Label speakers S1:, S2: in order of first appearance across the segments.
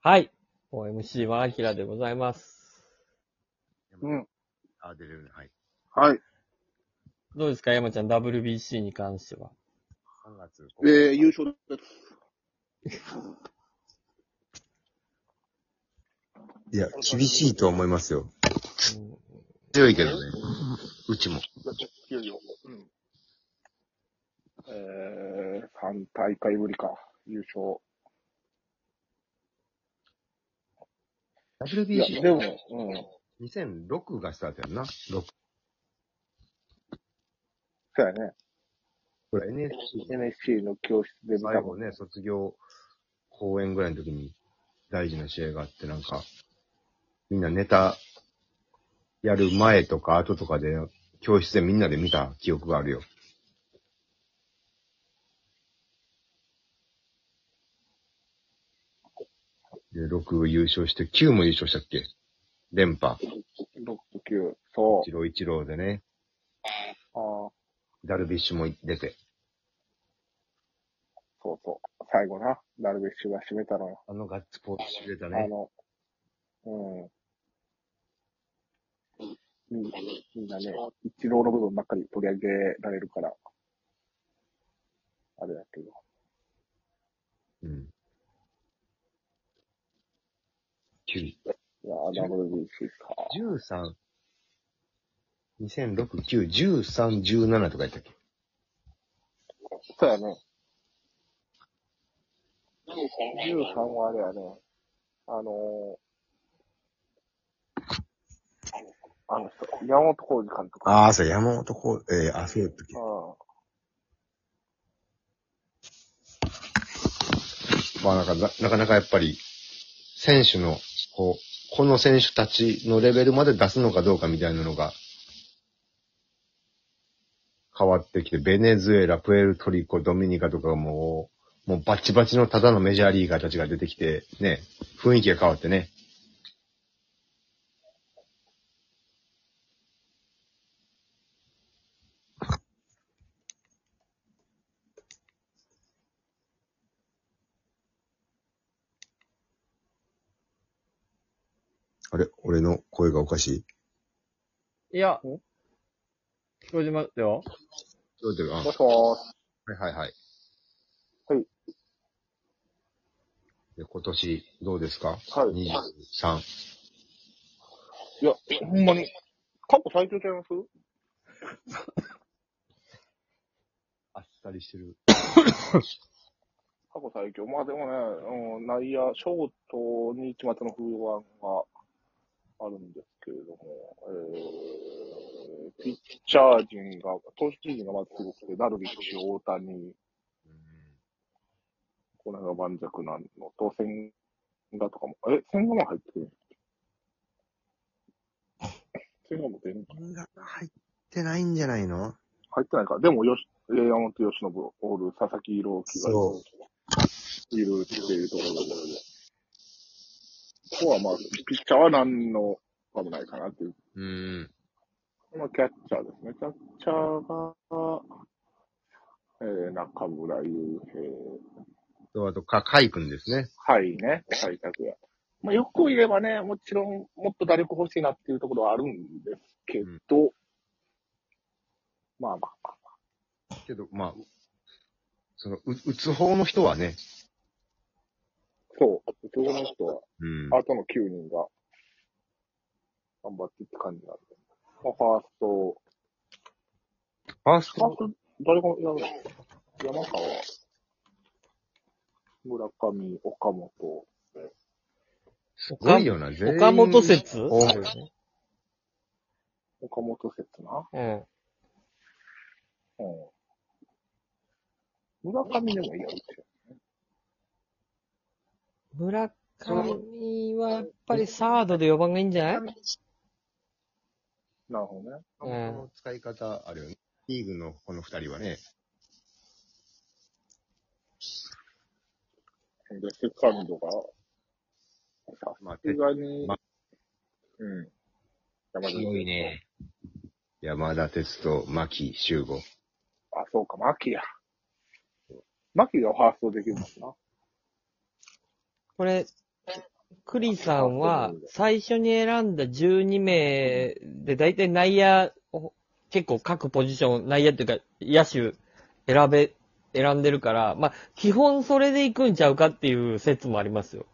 S1: はい。OMC はアキラでございます。
S2: うん。
S3: あ、出れるね。はい。
S2: はい。
S1: どうですか、山ちゃん、WBC に関しては。
S3: 3月
S2: えー、
S3: 9日
S2: 優勝です。
S4: いや、厳しいと思いますよ。
S1: うん
S3: 強いけどね。うちも。
S2: いよいよ。うん。えー、3大会ぶりか、優勝。いや、で
S3: WBC
S2: も、うん。
S3: 2006がスタートやんな。6。
S2: そうやね。
S3: これ NSC。
S2: NSC の教室で見た
S3: 最
S2: も
S3: 後
S2: んね。
S3: ね、卒業公演ぐらいの時に大事な試合があって、なんか、みんなネタやる前とか後とかで、教室でみんなで見た記憶があるよ。で、6優勝して、9も優勝したっけ連覇。
S2: 6と9。そ
S3: 一郎一郎でね、
S2: う。ああ、
S3: ダルビッシュも出て。
S2: そうそう。最後な、ダルビッシュが締めたのよ。
S3: あのガッツポーズしてくれた
S2: あ
S3: ね。
S2: の、うん。みみんなね、一郎の部分ばっかり取り上げられるから、あれだけど。
S3: うん。9。
S2: いやー、WBC か。
S3: 13。2006、9、13、17とかやったっけ
S2: そうやね。13はあれやね。あのー、あの人、山本浩二監督。
S4: ああ、そう、山本こう、えー、あ、そうやったっけ
S2: うん。
S3: まあなんかな、なかなかやっぱり、選手の、こう、この選手たちのレベルまで出すのかどうかみたいなのが、変わってきて、ベネズエラ、プエルトリコ、ドミニカとかもう、もうバチバチのただのメジャーリーガーたちが出てきて、ね、雰囲気が変わってね。
S4: あれ俺の声がおかしい
S1: いや、
S2: お
S1: 聞こえてますよ。
S3: どうやってるあ、は
S2: もしもーし。
S3: いはいはい。
S2: はい。
S3: で、今年、どうですか
S2: はい
S3: ?23。
S2: いや、ほんまに。過去最長ちゃいます
S3: あっさりしてる。
S2: 過去最強。まあでもね、うん、内野、ショートに一松の不安があるんですけれども、えー、ピッチャー陣が、投手陣がまずすごくて、ダルビッシュ、大谷、この辺が盤石なのと、千賀とかも、え、千賀も入ってくる千賀も全然
S4: 入ってないんじゃないの
S2: 入ってないか。でも、よし、山本由伸、オール、佐々木朗希が
S4: そ
S2: いるっていうところなので、ここはまあ、ピッチャーは何のかもないかなっていう。
S3: うーん。
S2: まあ、キャッチャーですね。キャッチャーが、えー、中村悠
S3: と、あと、か、かいくんですね。
S2: 平、はいね、開拓や。まあ、よく言えばね、もちろん、もっと打力欲しいなっていうところはあるんですけど、まあまあ、
S3: けど、まあ、その、う、打つ方の人はね、
S2: そう、男の人は、
S3: うん。
S2: あとの9人が、頑張ってって感じなんで。まあ、ファースト、
S3: ファース
S2: ファー
S3: ト
S2: スト、誰がやるの山川、村上、岡本。
S3: すごいよな、全員
S1: 岡本。説
S3: お
S2: 岡本説な。
S1: うん。
S2: うん。村上でもいいよって。
S1: 村上はやっぱりサードで4番がいいんじゃない
S2: なるほどね。
S3: この使い方、あるよね。リーグのこの二人はね、
S2: で、セカンドが、さ
S3: まあ、
S2: すがに、
S3: ま
S2: うん。山田
S3: 強いね。山田哲人、牧、修吾。
S2: あ、そうか、牧や。牧がファーストできるもんな。
S1: これ、クリさんは、最初に選んだ12名で、だいたい内野を、結構各ポジション、内野っていうか、野手選べ、選んでるから、まあ、基本それで行くんちゃうかっていう説もありますよ。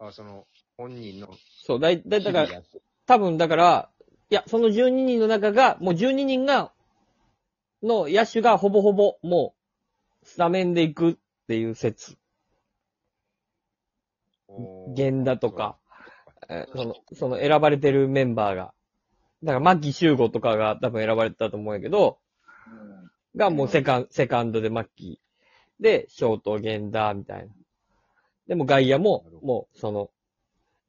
S3: あ、その、本人の。
S1: そう、だいたい、だから、多分だから、いや、その12人の中が、もう12人が、の野手がほぼほぼ、もう、スタメンで行くっていう説。源田とか。、えーその、その選ばれてるメンバーが。だから、牧秀悟とかが多分選ばれてたと思うんやけど、がもうセカンセカンドで牧。で、ショート、源田、みたいな。でも外野も
S3: なる、ほど
S1: もう、その、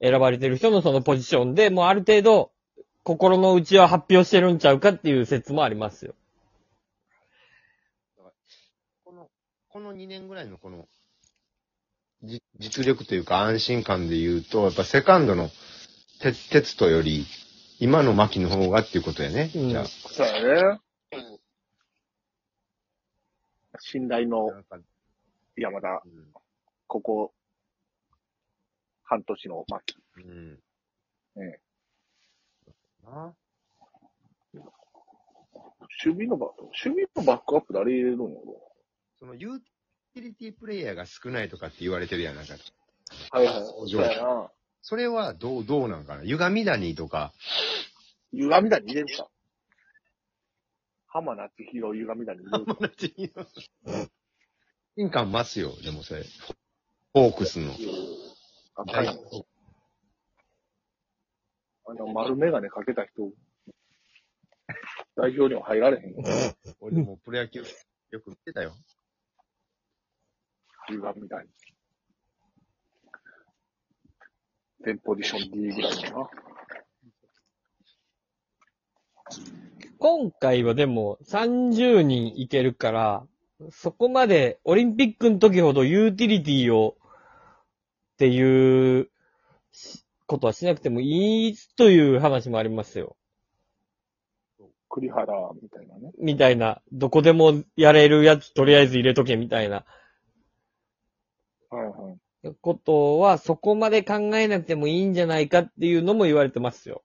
S1: 選ばれてる人のそのポジションで、もうある程度、心の内は発表してるんちゃうかっていう説もありますよ。
S3: この、この2年ぐらいのこの、じ実力というか安心感で言うと、やっぱセカンドの、て、鉄とより、今の牧の方がっていうことやね。
S1: うん
S3: じゃあ、
S2: そうやね。信頼の
S3: なんか、
S2: 山田、
S3: うん
S2: ここ、半年の巻。
S3: うん。
S2: え
S3: な
S2: 守備のバック、守備のバックアップ誰入れるの
S3: その、ユーティリティプレイヤーが少ないとかって言われてるやん、なんか。
S2: はいはい。
S3: そう
S2: そうやな。
S3: それはどう、どうなんかな歪みだにとか、
S2: 歪みだに入れるか。浜夏広歪みだに入れるか。
S3: 金感増すよ、でもそれ。ホークスの。
S2: 赤い。あの、丸眼鏡かけた人、代表には入られへんよ。
S3: 俺もプロ野球よく見てたよ。
S2: 歪みたいに。全ポジション D ぐらいかな。
S1: 今回はでも30人いけるから、そこまでオリンピックの時ほどユーティリティをっていうしことはしなくてもいいという話もありますよ。
S2: 栗原みたいなね。
S1: みたいな。どこでもやれるやつとりあえず入れとけみたいな
S2: はいはい。
S1: ことはそこまで考えなくてもいいんじゃないかっていうのも言われてますよ。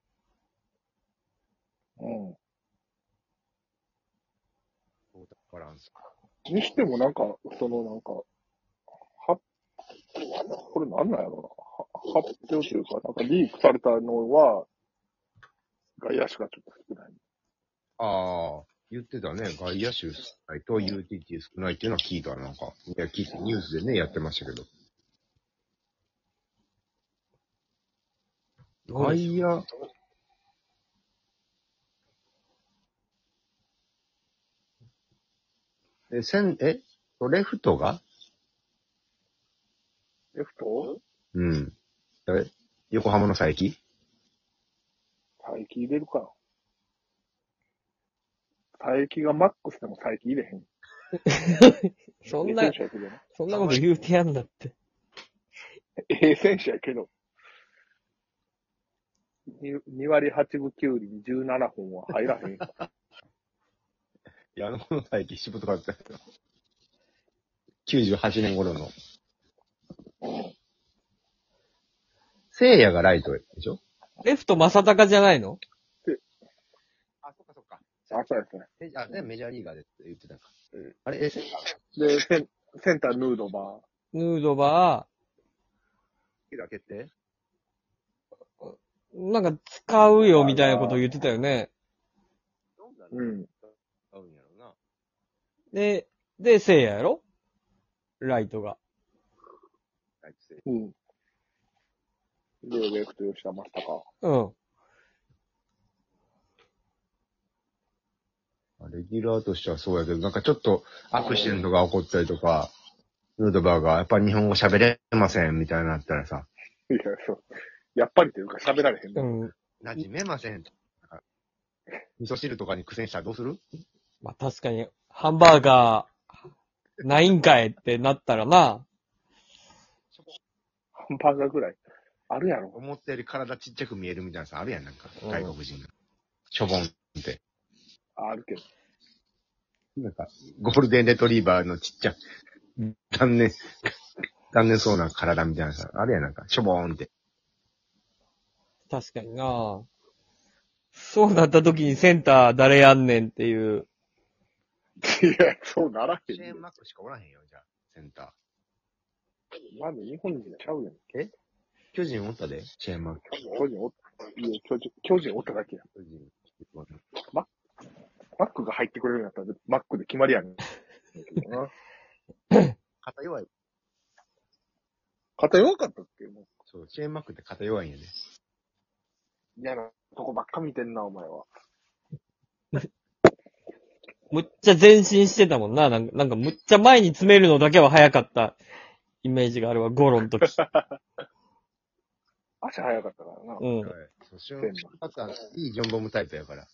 S2: う
S3: バランス。
S2: ん。にしてもなんか、そのなんか、は、これなんなんやろうな。は発表というか、なんかリークされたのは、外野手がちょっと少ない。
S3: ああ、言ってたね。外野手少ないと UTT 少ないっていうのは聞いた、なんか。いや、聞いてニュースでね、やってましたけど。外野。え、せん、えレフトが
S2: レフト
S3: うん。え横浜の佐伯
S2: 佐伯入れるか。佐伯がマックスでも佐伯入れへん。
S1: そんな
S2: ええ選、手やけどね。
S1: そんなこと言うてやんだって。
S2: ええ選手やけど。2, 2割8分9厘17本は入ら へん。
S3: いや、あの子の佐伯しぶとかったよ。98年頃の。聖夜がライトでしょ
S1: レフト正隆じゃないの
S3: あ、そっかそっか。
S2: あ、そうですね。
S3: メジャー、ね、メジャーリーガーでって言ってたか。あれ、え、聖夜
S2: で、センセンターヌードバー。
S1: ヌードバ
S3: だけって
S1: ー、なんか使うよみたいなこと言ってたよね。
S3: どんな
S2: うん。
S3: 合うんやろな。
S1: で、で、聖夜やろライトが。
S3: ライト聖夜
S2: うん。で、レフト吉田正尚。
S1: うん。
S3: まあレギュラーとしてはそうやけど、なんかちょっとアクシデントが起こったりとか、ヌードバーがやっぱり日本語喋れませんみたいになったらさ、
S2: いや、そう。やっぱりというか喋られへんね。
S1: うん。
S3: 馴染めません。なんか味噌汁とかに苦戦したらどうする
S1: まあ確かに、ハンバーガー、ないんかいってなったらな。
S2: ハンバーガーぐらい。あるやろ。
S3: 思ったより体ちっちゃく見えるみたいなさ、あるやん、なんか、
S1: うん
S3: 外国人の。しょぼんって。
S2: あるけど。
S3: なんか、ゴールデンレトリーバーのちっちゃ、断念、残念そうな体みたいなさ、あれやなんか、しょぼーんって。
S1: 確かになそうなった時にセンター誰やんねんっていう。
S2: いや、そうならへん
S3: シェー
S2: よ
S3: ン・。マックしかおらへんよ、じゃあ、センタ
S2: まず日本人ちゃうやん。
S3: ー。巨人おったで、シェーン・マック。
S2: 巨人おった、いや、巨人、巨人おっただけやん。
S3: 巨人。
S2: マックが入ってくれるんやったら、マックで決まりやねん。けどな
S3: 肩弱い。
S2: 肩弱かったっけも
S3: そう、シェーン・マックって肩弱いんやね。
S2: う嫌なとこばっか見てんな、お前は。
S1: むっちゃ前進してたもんな。なんか、なんかむっちゃ前に詰めるのだけは早かったイメージがあるわ。ゴロの 時。
S2: 足早かったからな。
S1: うん
S3: はい。。そう、シェーン・マックはいいジョンボムタイプやから。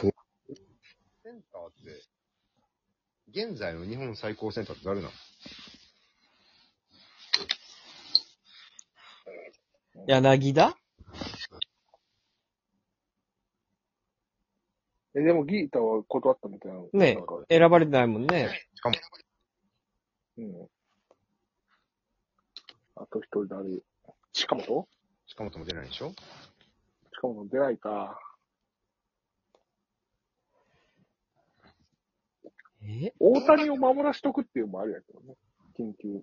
S3: センターって、現在の日本最高センターって誰なの
S1: 柳田
S2: え、でもギータは断ったみたいな。
S1: ね
S2: なんか
S1: 選ばれてないもんね。
S2: うん。あと一人誰近本
S3: 近本も出ないでしょ
S2: 近本出ないか。
S1: え
S2: 大谷を守らしとくっていうのもあるやけどね。緊急。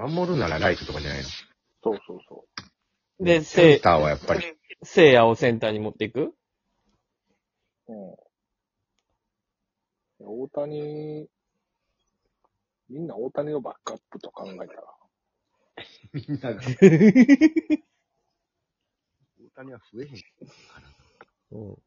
S3: 守るならライトとかじゃないの
S2: そうそうそ
S1: で、
S3: セ
S1: せ
S3: ン
S1: い、
S3: ターはやっぱり。
S1: せいやをセンターに持っていく
S2: う。うん。大谷、みんな大谷のバックアップと考えたら。
S3: みんなが。大谷は増えへん。
S1: うん